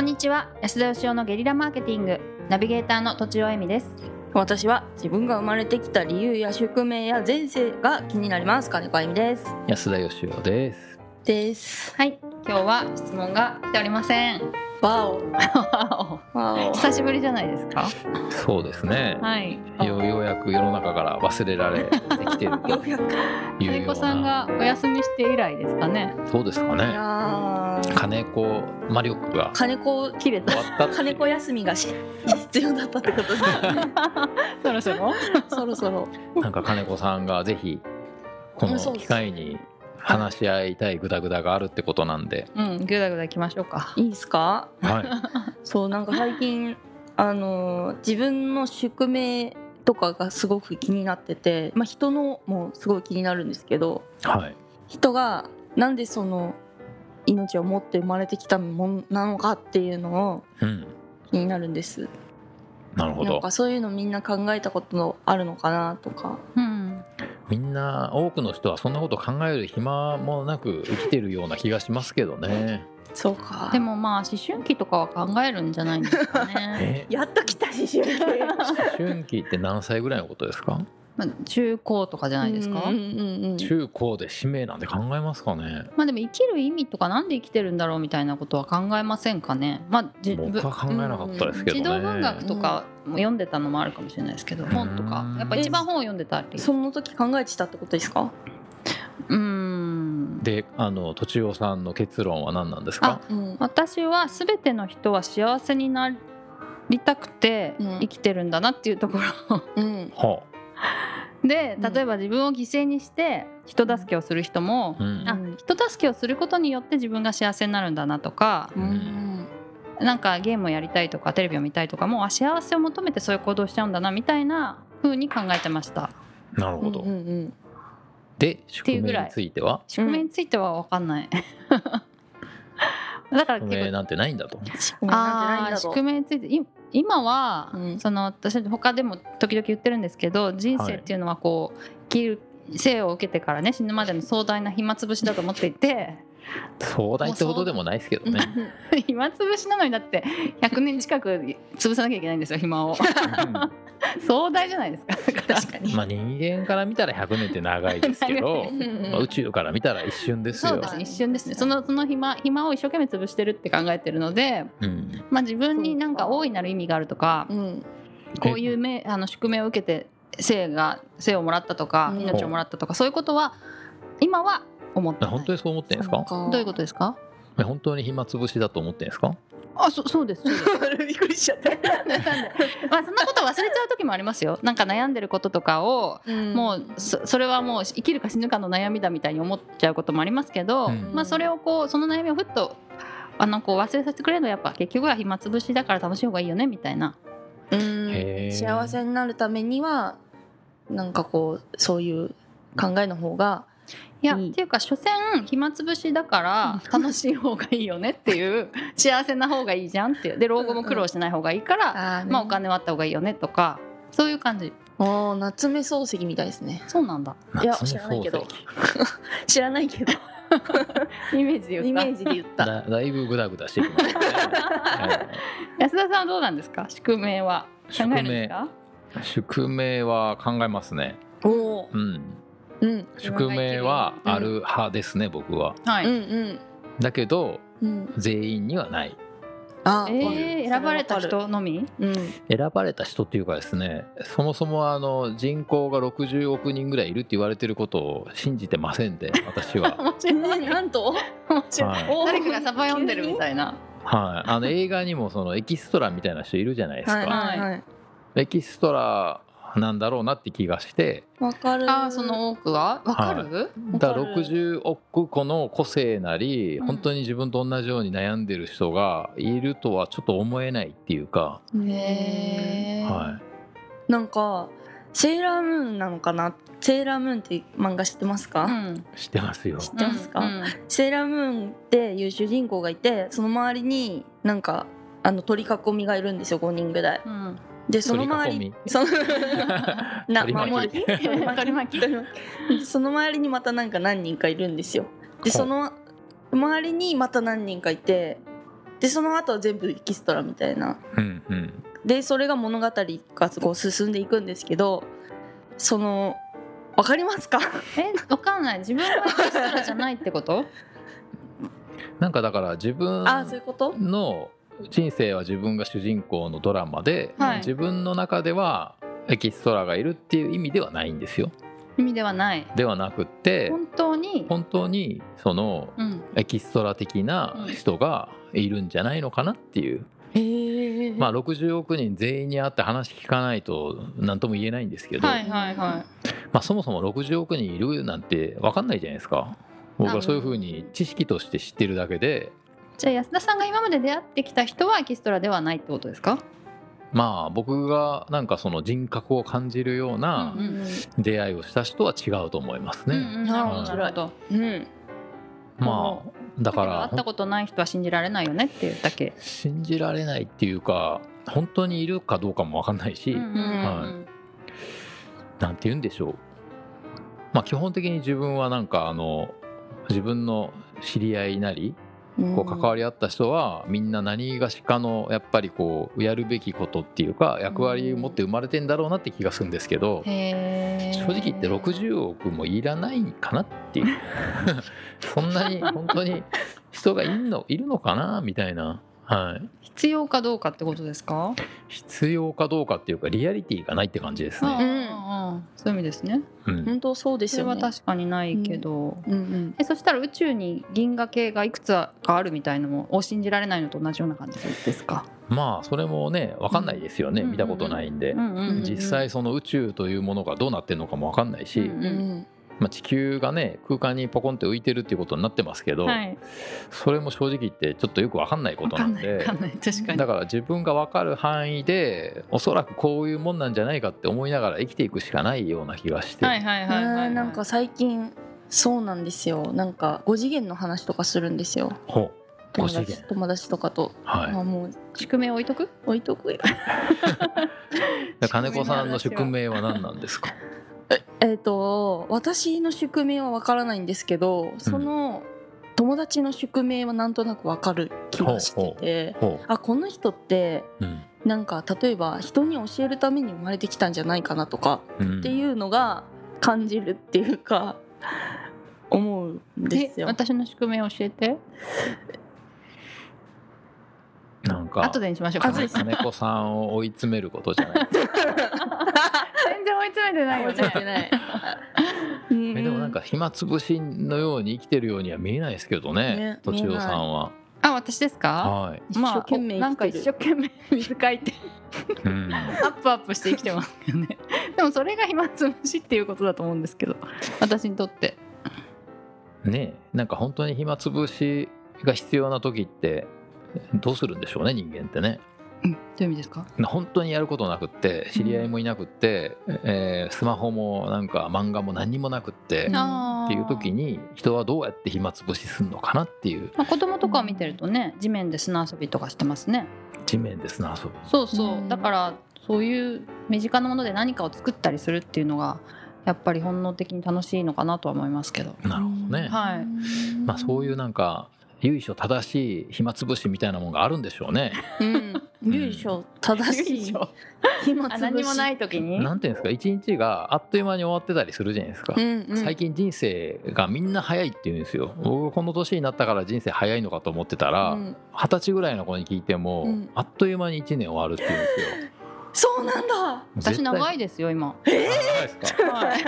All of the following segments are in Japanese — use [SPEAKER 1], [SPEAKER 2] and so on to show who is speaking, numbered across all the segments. [SPEAKER 1] んにちは安田義雄のゲリラマーケティングナビゲーターの土地尾恵美です
[SPEAKER 2] 私は自分が生まれてきた理由や宿命や前世が気になります金子あゆみです
[SPEAKER 3] 安田義雄です。
[SPEAKER 2] です
[SPEAKER 1] はい今日は質問が来ておりません
[SPEAKER 2] わお
[SPEAKER 1] わ
[SPEAKER 2] わ
[SPEAKER 1] お
[SPEAKER 2] お
[SPEAKER 1] 久しぶりじゃないですか
[SPEAKER 3] そうですね。
[SPEAKER 1] はい
[SPEAKER 3] ようようやく世の中から忘れられてきてると
[SPEAKER 2] ようやくい
[SPEAKER 3] いう
[SPEAKER 1] 金
[SPEAKER 3] よう
[SPEAKER 1] 子さん
[SPEAKER 3] な。
[SPEAKER 1] がお休みして以来ですかね
[SPEAKER 3] そうですかね。
[SPEAKER 2] やー
[SPEAKER 3] 金子マリオックが
[SPEAKER 2] 金子
[SPEAKER 1] 切れた
[SPEAKER 3] 終わったってい
[SPEAKER 2] 金
[SPEAKER 3] う。
[SPEAKER 2] 子休みがし必要だったってことです ね
[SPEAKER 1] そろそろ
[SPEAKER 2] そろそろ
[SPEAKER 3] なんか金子さんがぜひこ
[SPEAKER 2] う
[SPEAKER 3] の
[SPEAKER 2] んそうです
[SPEAKER 3] 機会に話し合いたいグダグダがあるってことなんで。
[SPEAKER 1] うんぐだぐだいきましょうか
[SPEAKER 2] いいですか
[SPEAKER 3] は
[SPEAKER 2] そうなんか最近あのー自分の宿命とかがすごく気になってて、まあ、人のもすごい気になるんですけど
[SPEAKER 3] い。はい。
[SPEAKER 2] 人がなんでその命を持って生まれてきたもんなのかっていうのを
[SPEAKER 3] うん。
[SPEAKER 2] 気になるんです
[SPEAKER 3] なるほ
[SPEAKER 2] なん
[SPEAKER 3] ど
[SPEAKER 2] か。そういうのみんな考えたことのあるのかなとか
[SPEAKER 1] うん
[SPEAKER 3] みんな多くの人はそんなこと考える暇もなく生きてるような気がしますけ どね。
[SPEAKER 2] そうか
[SPEAKER 1] でもまあ思春期とかは考えるんじゃないんですか ね、
[SPEAKER 3] え、
[SPEAKER 2] やっと来たし春期
[SPEAKER 3] 春期って何歳ぐらいのことですか？
[SPEAKER 1] まあ、中高とかじゃないですか
[SPEAKER 2] うんうんうん
[SPEAKER 3] 中高で使命なんて考えますかね
[SPEAKER 1] まあでも生きる意味とかなんで生きてるんだろうみたいなことは考えませんかね。まあ、じ
[SPEAKER 3] 僕
[SPEAKER 1] ぶ
[SPEAKER 3] は考えなかったですけど
[SPEAKER 1] 児
[SPEAKER 3] ね、
[SPEAKER 1] 童文学とかも読んでたのもあるかもしれないですけど、
[SPEAKER 3] うん
[SPEAKER 1] 本とかやっぱ一番本を読んでたり。
[SPEAKER 2] その時考えてたってことですか
[SPEAKER 1] うーん。
[SPEAKER 3] であのとちおさんの結論は何なんです
[SPEAKER 1] あ
[SPEAKER 3] か
[SPEAKER 2] うん
[SPEAKER 1] 私はすべての人は幸せになりたくて
[SPEAKER 2] うん
[SPEAKER 1] 生きてるんだなっていうところ
[SPEAKER 2] うん
[SPEAKER 3] は
[SPEAKER 1] で
[SPEAKER 2] うん
[SPEAKER 1] 例えば自分を犠牲にして人助けをする人も
[SPEAKER 3] あ、う、ん
[SPEAKER 1] あ人助けをすることによって自分が幸せになるんだなとか
[SPEAKER 2] うん
[SPEAKER 1] なんかゲームをやりたいとかテレビを見たいとかもあ幸せを求めてそういう行動しちゃうんだなみたいな風に考えてました
[SPEAKER 3] なるほど、
[SPEAKER 2] うんうんうん
[SPEAKER 3] で
[SPEAKER 1] て
[SPEAKER 3] 宿
[SPEAKER 1] いう
[SPEAKER 3] 命
[SPEAKER 1] ぐらい
[SPEAKER 3] については
[SPEAKER 1] 宿命については分かん ないだから
[SPEAKER 3] 宿
[SPEAKER 1] 結
[SPEAKER 3] 命
[SPEAKER 1] 構
[SPEAKER 3] なんてないんだと
[SPEAKER 2] ごめんなんてないん
[SPEAKER 1] あ
[SPEAKER 2] だ
[SPEAKER 1] ー
[SPEAKER 2] ろう
[SPEAKER 1] 宿命についてい今は、
[SPEAKER 2] うん
[SPEAKER 1] その私他でも時々言ってるんですけど人生っていうのはこう、生きる生を受けてからね死ぬまでの壮大な暇つぶしだと思っていて
[SPEAKER 3] 壮大ってほどでもないですけどね
[SPEAKER 1] 暇つぶしなのにだって100年近く潰さなきゃいけないんですよ暇 を壮大じゃないですかだから
[SPEAKER 2] 確かに
[SPEAKER 3] まあ人間から見たら100年って長いで すけど
[SPEAKER 2] うんうん
[SPEAKER 3] まあ宇宙から見たら一瞬です
[SPEAKER 1] そう
[SPEAKER 3] よ
[SPEAKER 1] で、す
[SPEAKER 2] は
[SPEAKER 1] ね
[SPEAKER 2] い
[SPEAKER 1] 一瞬ですねそのその暇暇を一生懸命潰してるって考えてるので、
[SPEAKER 3] うん、
[SPEAKER 1] まあ、自分になんか大いなる意味があるとか
[SPEAKER 2] うん
[SPEAKER 1] こういうめあの宿命を受けて生が生をもらったとか
[SPEAKER 2] うん
[SPEAKER 1] 命をもらったとかそういうことは今は思って
[SPEAKER 3] え
[SPEAKER 1] ない
[SPEAKER 3] 本当にそう思ってんです
[SPEAKER 2] そ
[SPEAKER 3] か
[SPEAKER 1] ど
[SPEAKER 2] か
[SPEAKER 1] ういうことですか
[SPEAKER 3] え本当に暇つぶしだと思ってんですか
[SPEAKER 1] あそそうですそうです
[SPEAKER 2] びっくりしちゃった
[SPEAKER 1] まあそんなこと忘れちゃう時もありますよなんか悩んでることとかをもうそそれはもう生きるか死ぬかの悩みだみたいに思っちゃうこともありますけど、
[SPEAKER 3] うん
[SPEAKER 1] まあ、それをこうその悩みをふっとあのこう忘れさせてくれるのはやっぱ結局は暇つぶしだから楽しい方がいいよねみたいな
[SPEAKER 2] うん
[SPEAKER 3] へー
[SPEAKER 2] 幸せになるためにはなんかこうそういう考えの方が
[SPEAKER 1] いや、
[SPEAKER 2] う
[SPEAKER 1] っ
[SPEAKER 2] ん
[SPEAKER 1] ていうか所詮暇つぶしだから楽しい方がいいよねっていう幸せな方がいいじゃんっていうで老後も苦労しない方がいいから、
[SPEAKER 2] あ
[SPEAKER 1] まあ、お金はあった方がいいよねとかそういう感じ
[SPEAKER 2] おー夏目漱石みたいですね
[SPEAKER 1] そうなんだ
[SPEAKER 2] いや
[SPEAKER 3] 夏
[SPEAKER 2] 知
[SPEAKER 3] 目
[SPEAKER 2] らないけど
[SPEAKER 3] 漱石
[SPEAKER 2] 知らないけど
[SPEAKER 1] イメージで
[SPEAKER 2] イ
[SPEAKER 1] 言
[SPEAKER 2] メ
[SPEAKER 1] った
[SPEAKER 2] ージで言った
[SPEAKER 3] だだいぶグダグダしてきましたね、はい
[SPEAKER 1] 安田さんはどうなんですか宿命は考
[SPEAKER 3] 宿
[SPEAKER 1] えるんです
[SPEAKER 3] 命
[SPEAKER 1] か
[SPEAKER 3] 宿命は考えますね、
[SPEAKER 2] おお
[SPEAKER 3] うん、
[SPEAKER 2] ー、うん、
[SPEAKER 3] 宿命は
[SPEAKER 2] うん
[SPEAKER 3] ある派ですね、僕は
[SPEAKER 1] は
[SPEAKER 2] う
[SPEAKER 1] い、
[SPEAKER 2] んうん
[SPEAKER 3] だけど
[SPEAKER 2] うん
[SPEAKER 3] 全員にはない
[SPEAKER 2] あーわかる
[SPEAKER 1] えー、選ばれた人のみ
[SPEAKER 2] うん
[SPEAKER 3] 選ばれた人っていうかですねそもそもあの人口が60億人ぐらいいるって言われてることを信じてませんで私 は、
[SPEAKER 1] 面白い
[SPEAKER 2] なんと
[SPEAKER 1] 面白い
[SPEAKER 3] はい
[SPEAKER 2] おー
[SPEAKER 1] 誰かがサバ読んでるみたいな
[SPEAKER 3] はい、あの映画にもそのエキストラみたいな人いるじゃないですか、
[SPEAKER 2] はいはいはい
[SPEAKER 3] エキストラなんだろうなって気がして
[SPEAKER 2] わかる
[SPEAKER 1] あーその多くはわかる、
[SPEAKER 3] だから
[SPEAKER 2] わかる
[SPEAKER 3] 60億個の個性なり
[SPEAKER 1] うん
[SPEAKER 3] 本当に自分と同じように悩んでる人がいるとはちょっと思えないっていうか、
[SPEAKER 2] へ
[SPEAKER 1] へー
[SPEAKER 3] は
[SPEAKER 2] ーなんかセーラームーンなのかなセーラームーンって漫画知ってますか、
[SPEAKER 1] うん
[SPEAKER 3] い、してますよ
[SPEAKER 2] 知ってますか、
[SPEAKER 1] うんうん
[SPEAKER 2] セーラームーンっていう主人公がいてその周りになんかあの取り囲みがいるんですよ5人ぐらい
[SPEAKER 1] うん
[SPEAKER 2] でその周り
[SPEAKER 3] 取り囲み
[SPEAKER 2] そのな
[SPEAKER 3] 取り
[SPEAKER 2] 守
[SPEAKER 3] 巻き
[SPEAKER 2] り
[SPEAKER 1] 取り巻き
[SPEAKER 2] 取り巻 きその周りにまたなんか何人かいるんですよで
[SPEAKER 3] ほう
[SPEAKER 2] その周りにまた何人かいてでその後は全部エキストラみたいな
[SPEAKER 3] うんうん
[SPEAKER 2] でそれが物語がこう進んでいくんですけどそのわかりますか
[SPEAKER 1] えわかんない自分はエキストラじゃないってこと
[SPEAKER 3] なんかだから自分
[SPEAKER 2] ああそういうこと
[SPEAKER 3] の人生は自分が主人公のドラマで、
[SPEAKER 1] はい
[SPEAKER 3] 自分の中ではエキストラがいるっていう意味ではないんですよ
[SPEAKER 1] 意味ではない
[SPEAKER 3] ではなくって
[SPEAKER 1] 本当に
[SPEAKER 3] 本当にその
[SPEAKER 1] うん
[SPEAKER 3] エキストラ的な人がいるんじゃないのかなっていう、
[SPEAKER 2] へえ
[SPEAKER 3] まあ60億人全員に会って話聞かないと何とも言えないんですけど、
[SPEAKER 1] はいはいは
[SPEAKER 3] まあ、そもそも60億人いるなんて分かんないじゃないですか僕はそういうふうに知識として知ってるだけで
[SPEAKER 1] いじゃあ安田さんが今まで出会ってきた人はエキストラではないってことですか
[SPEAKER 3] まあ僕がなんかその人格を感じるような
[SPEAKER 1] うん
[SPEAKER 3] 出会いをした人は違うと思いますね、
[SPEAKER 1] うんうん
[SPEAKER 2] な
[SPEAKER 1] なる
[SPEAKER 2] るほ
[SPEAKER 1] ほ
[SPEAKER 2] ど
[SPEAKER 1] どなるほど
[SPEAKER 2] うん
[SPEAKER 3] まあだか
[SPEAKER 1] 会った
[SPEAKER 3] ら
[SPEAKER 1] ことない人は信じられないよねっていうだけ
[SPEAKER 3] 信じられないっていうか本当にいるかどうかも分かんないし、
[SPEAKER 1] うんうんうんうん
[SPEAKER 3] なんて言うんでしょうまあ基本的に自分はなんかあの自分の知り合いなりこう関わり合った人はみんな何がしかのやっぱりこうやるべきことっていうか役割を持って生まれてんだろうなって気がするんですけど
[SPEAKER 1] へー
[SPEAKER 3] 正直言って60億もいらないかなっ ていうそんなに本当に人がいんのいるのかなみたいな、はい、
[SPEAKER 1] 必要かどうかってことですか、
[SPEAKER 3] 必要かどうかっていうかリアリティがないって感じです
[SPEAKER 1] うん
[SPEAKER 3] ね。
[SPEAKER 1] うんうんそういう意味ですね
[SPEAKER 3] うん
[SPEAKER 2] 本当そうで
[SPEAKER 1] そ
[SPEAKER 2] す
[SPEAKER 1] れ
[SPEAKER 2] よ
[SPEAKER 1] は
[SPEAKER 2] ね
[SPEAKER 1] 確かにないけど、
[SPEAKER 2] うんうん
[SPEAKER 1] えそしたら宇宙に銀河系がいくつかあるみたいのもを信じられないのと同じような感じですか、
[SPEAKER 3] まあそれもね分かんないですよね、
[SPEAKER 1] うん
[SPEAKER 3] 見たことないんで、
[SPEAKER 1] うんうんうん
[SPEAKER 3] 実際その宇宙というものがどうなってるのかも分かんないし、
[SPEAKER 1] うん
[SPEAKER 2] うん
[SPEAKER 3] まあ、地球がね空間にポコンって浮いてるっていうことになってますけど、
[SPEAKER 1] はい
[SPEAKER 3] それも正直言ってちょっとよく分かんないこ
[SPEAKER 1] 分
[SPEAKER 3] と
[SPEAKER 1] か
[SPEAKER 3] なんん
[SPEAKER 1] ない分
[SPEAKER 3] で
[SPEAKER 1] かんない確かに
[SPEAKER 3] だから自分が分かる範囲でおそらくこういうもんなんじゃないかって思いながら生きていくしかないような気がして、
[SPEAKER 1] はいはいはいはい、は
[SPEAKER 2] う
[SPEAKER 1] い、
[SPEAKER 2] んなんか最近そうなんですよなんか5次元の話とかするんですよ
[SPEAKER 3] ほう
[SPEAKER 2] 友
[SPEAKER 3] ご資
[SPEAKER 2] 達
[SPEAKER 3] 源
[SPEAKER 2] 友達とかと、
[SPEAKER 3] はい
[SPEAKER 2] まあもう
[SPEAKER 1] 宿命置いとく
[SPEAKER 2] 置いとくよ
[SPEAKER 3] で金子さんの宿命は何なんですか
[SPEAKER 2] えっと私の宿命はわからないんですけどその友達の宿命はなんとなくわかる気がしてて
[SPEAKER 3] ほ
[SPEAKER 2] あこの人って
[SPEAKER 3] う、うん
[SPEAKER 2] なんか例えば人に教えるために生まれてきたんじゃないかなとか
[SPEAKER 3] うん、
[SPEAKER 2] っていうのが感じるっていうか思うんです
[SPEAKER 1] え
[SPEAKER 2] よ。
[SPEAKER 1] 私の宿命教えて
[SPEAKER 3] なんか
[SPEAKER 1] 後でにしましょうか
[SPEAKER 2] 後 で
[SPEAKER 1] 全
[SPEAKER 3] 金子さんを追い詰めることじゃない
[SPEAKER 1] 然追い詰めてないよ
[SPEAKER 2] 覚えて
[SPEAKER 1] ね
[SPEAKER 2] ない。
[SPEAKER 3] えでもなんか暇つぶしのように生きてるようには見えないですけど
[SPEAKER 2] ね
[SPEAKER 3] ねとちおさんは。
[SPEAKER 1] あ私ですか
[SPEAKER 3] はい、
[SPEAKER 2] 一生懸命
[SPEAKER 1] まあ、なんか
[SPEAKER 2] 生き
[SPEAKER 1] 一
[SPEAKER 2] て
[SPEAKER 1] 生懸
[SPEAKER 2] る。
[SPEAKER 1] 命水かいて
[SPEAKER 3] うん、
[SPEAKER 1] アップアップして生きてますよね でもそれが暇つぶしっていうことだと思うんですけど私にとって
[SPEAKER 3] ねえなんか本当に暇つぶしが必要な時ってどうするんでしょうね人間ってね。
[SPEAKER 1] うんどういう意味ですか
[SPEAKER 3] 本当にやることなくって知り合いもいなくって、えースマホもなんか漫画も何もなくって、
[SPEAKER 2] うん
[SPEAKER 3] っていう時
[SPEAKER 1] に、
[SPEAKER 3] に人はどうやって暇つぶしするのかなっていう
[SPEAKER 1] まあ、子供とかを見てるとね地面で砂遊びとかしてますね
[SPEAKER 3] 地面ですな遊び。
[SPEAKER 1] そうそう、
[SPEAKER 2] うん
[SPEAKER 1] だからそういう身近なもので何かを作ったりするっていうのがやっぱり本能的に楽しいのかなとは思いますけど
[SPEAKER 3] なるほどね、
[SPEAKER 1] はい
[SPEAKER 3] まあ、そういうなんか由緒正しい暇つぶしみたいなもんがあるんでしょうね。
[SPEAKER 2] うん。由緒正 しい。暇つぶし。
[SPEAKER 1] 何もない時に
[SPEAKER 3] なんていうんですか一日があっという間に終わってたりするじゃないですか、
[SPEAKER 2] うんうん。
[SPEAKER 3] 最近人生がみんな早いって言うんですよ僕この年になったから人生早いのかと思ってたら
[SPEAKER 2] うん
[SPEAKER 3] 二十、歳ぐらいの子に聞いても、
[SPEAKER 2] うん
[SPEAKER 3] あっという間に1年終わるって言うんですよ
[SPEAKER 2] そうなんだ。
[SPEAKER 1] 私長い
[SPEAKER 3] い
[SPEAKER 1] ですよ今、
[SPEAKER 3] 長いですか
[SPEAKER 1] はい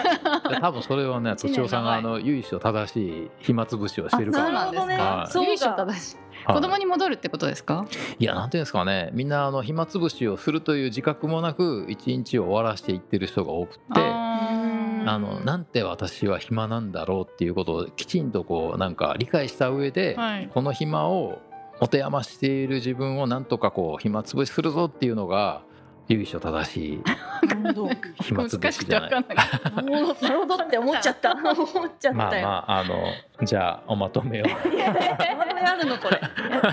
[SPEAKER 3] 多分それはね
[SPEAKER 1] 一
[SPEAKER 3] と
[SPEAKER 1] 年
[SPEAKER 3] ちおさんがあの由緒正しい暇つぶしをしてるか
[SPEAKER 1] そう
[SPEAKER 3] ら
[SPEAKER 1] なんです
[SPEAKER 3] か
[SPEAKER 2] そう
[SPEAKER 1] 由緒
[SPEAKER 2] か。
[SPEAKER 1] 正しい
[SPEAKER 3] はい
[SPEAKER 1] 子供に戻るってことですか
[SPEAKER 3] いやなんていうんですかねみんなあの暇つぶしをするという自覚もなく一日を終わらしていってる人が多くて
[SPEAKER 2] うん
[SPEAKER 1] あ
[SPEAKER 3] あのなんて私は暇なんだろうっていうことをきちんとこうなんか理解した上で、
[SPEAKER 1] ーはい
[SPEAKER 3] この暇を持て余している自分をなんとかこう暇つぶしするぞっていうのが由緒正しい
[SPEAKER 2] なるほど
[SPEAKER 3] 暇つぶ
[SPEAKER 1] 難し
[SPEAKER 3] し
[SPEAKER 1] く
[SPEAKER 3] じ
[SPEAKER 1] て
[SPEAKER 3] ゃ
[SPEAKER 1] わ
[SPEAKER 3] ない
[SPEAKER 1] か んない
[SPEAKER 2] なるほどって思っちゃった。思っちゃっ
[SPEAKER 3] まあ
[SPEAKER 2] た
[SPEAKER 3] ま
[SPEAKER 2] よ。
[SPEAKER 3] ああのじゃあおまとめを
[SPEAKER 2] まとめあるのこ れ。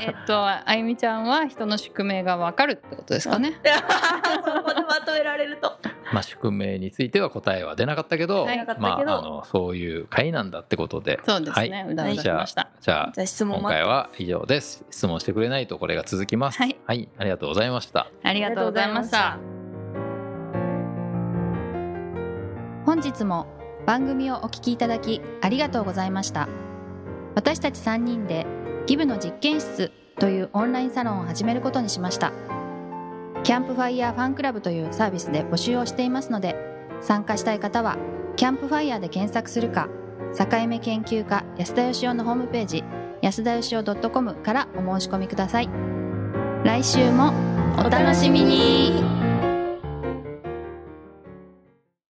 [SPEAKER 4] えっとあゆみちゃんは人の宿命がわかるってことですかね。
[SPEAKER 2] そこでまとめられると。
[SPEAKER 3] まあ宿命については答えは出なかったけど
[SPEAKER 4] 出
[SPEAKER 2] なかった
[SPEAKER 3] ま
[SPEAKER 2] けど
[SPEAKER 3] ああのそういう回なんだってことで
[SPEAKER 4] そうです
[SPEAKER 3] は
[SPEAKER 4] ね。うだうだし
[SPEAKER 3] じゃ
[SPEAKER 4] ま
[SPEAKER 3] あ
[SPEAKER 4] した。
[SPEAKER 3] じゃあ
[SPEAKER 2] じゃあ質問
[SPEAKER 3] 今
[SPEAKER 2] 待って
[SPEAKER 3] 回は以上です質問してくれないとこれが続きます
[SPEAKER 4] はい、
[SPEAKER 3] ありがとうございました
[SPEAKER 4] ありがとうございました。本日も番組をお聞きいただきありがとうございました私たち3人でギブの実験室というオンラインサロンを始めることにしましたキャンプファイヤーファンクラブというサービスで募集をしていますので参加したい方はキャンプファイヤーで検索するか境目研究家安田義雄のホームページ安田義雄 .com からお申し込みください来週もお楽しみに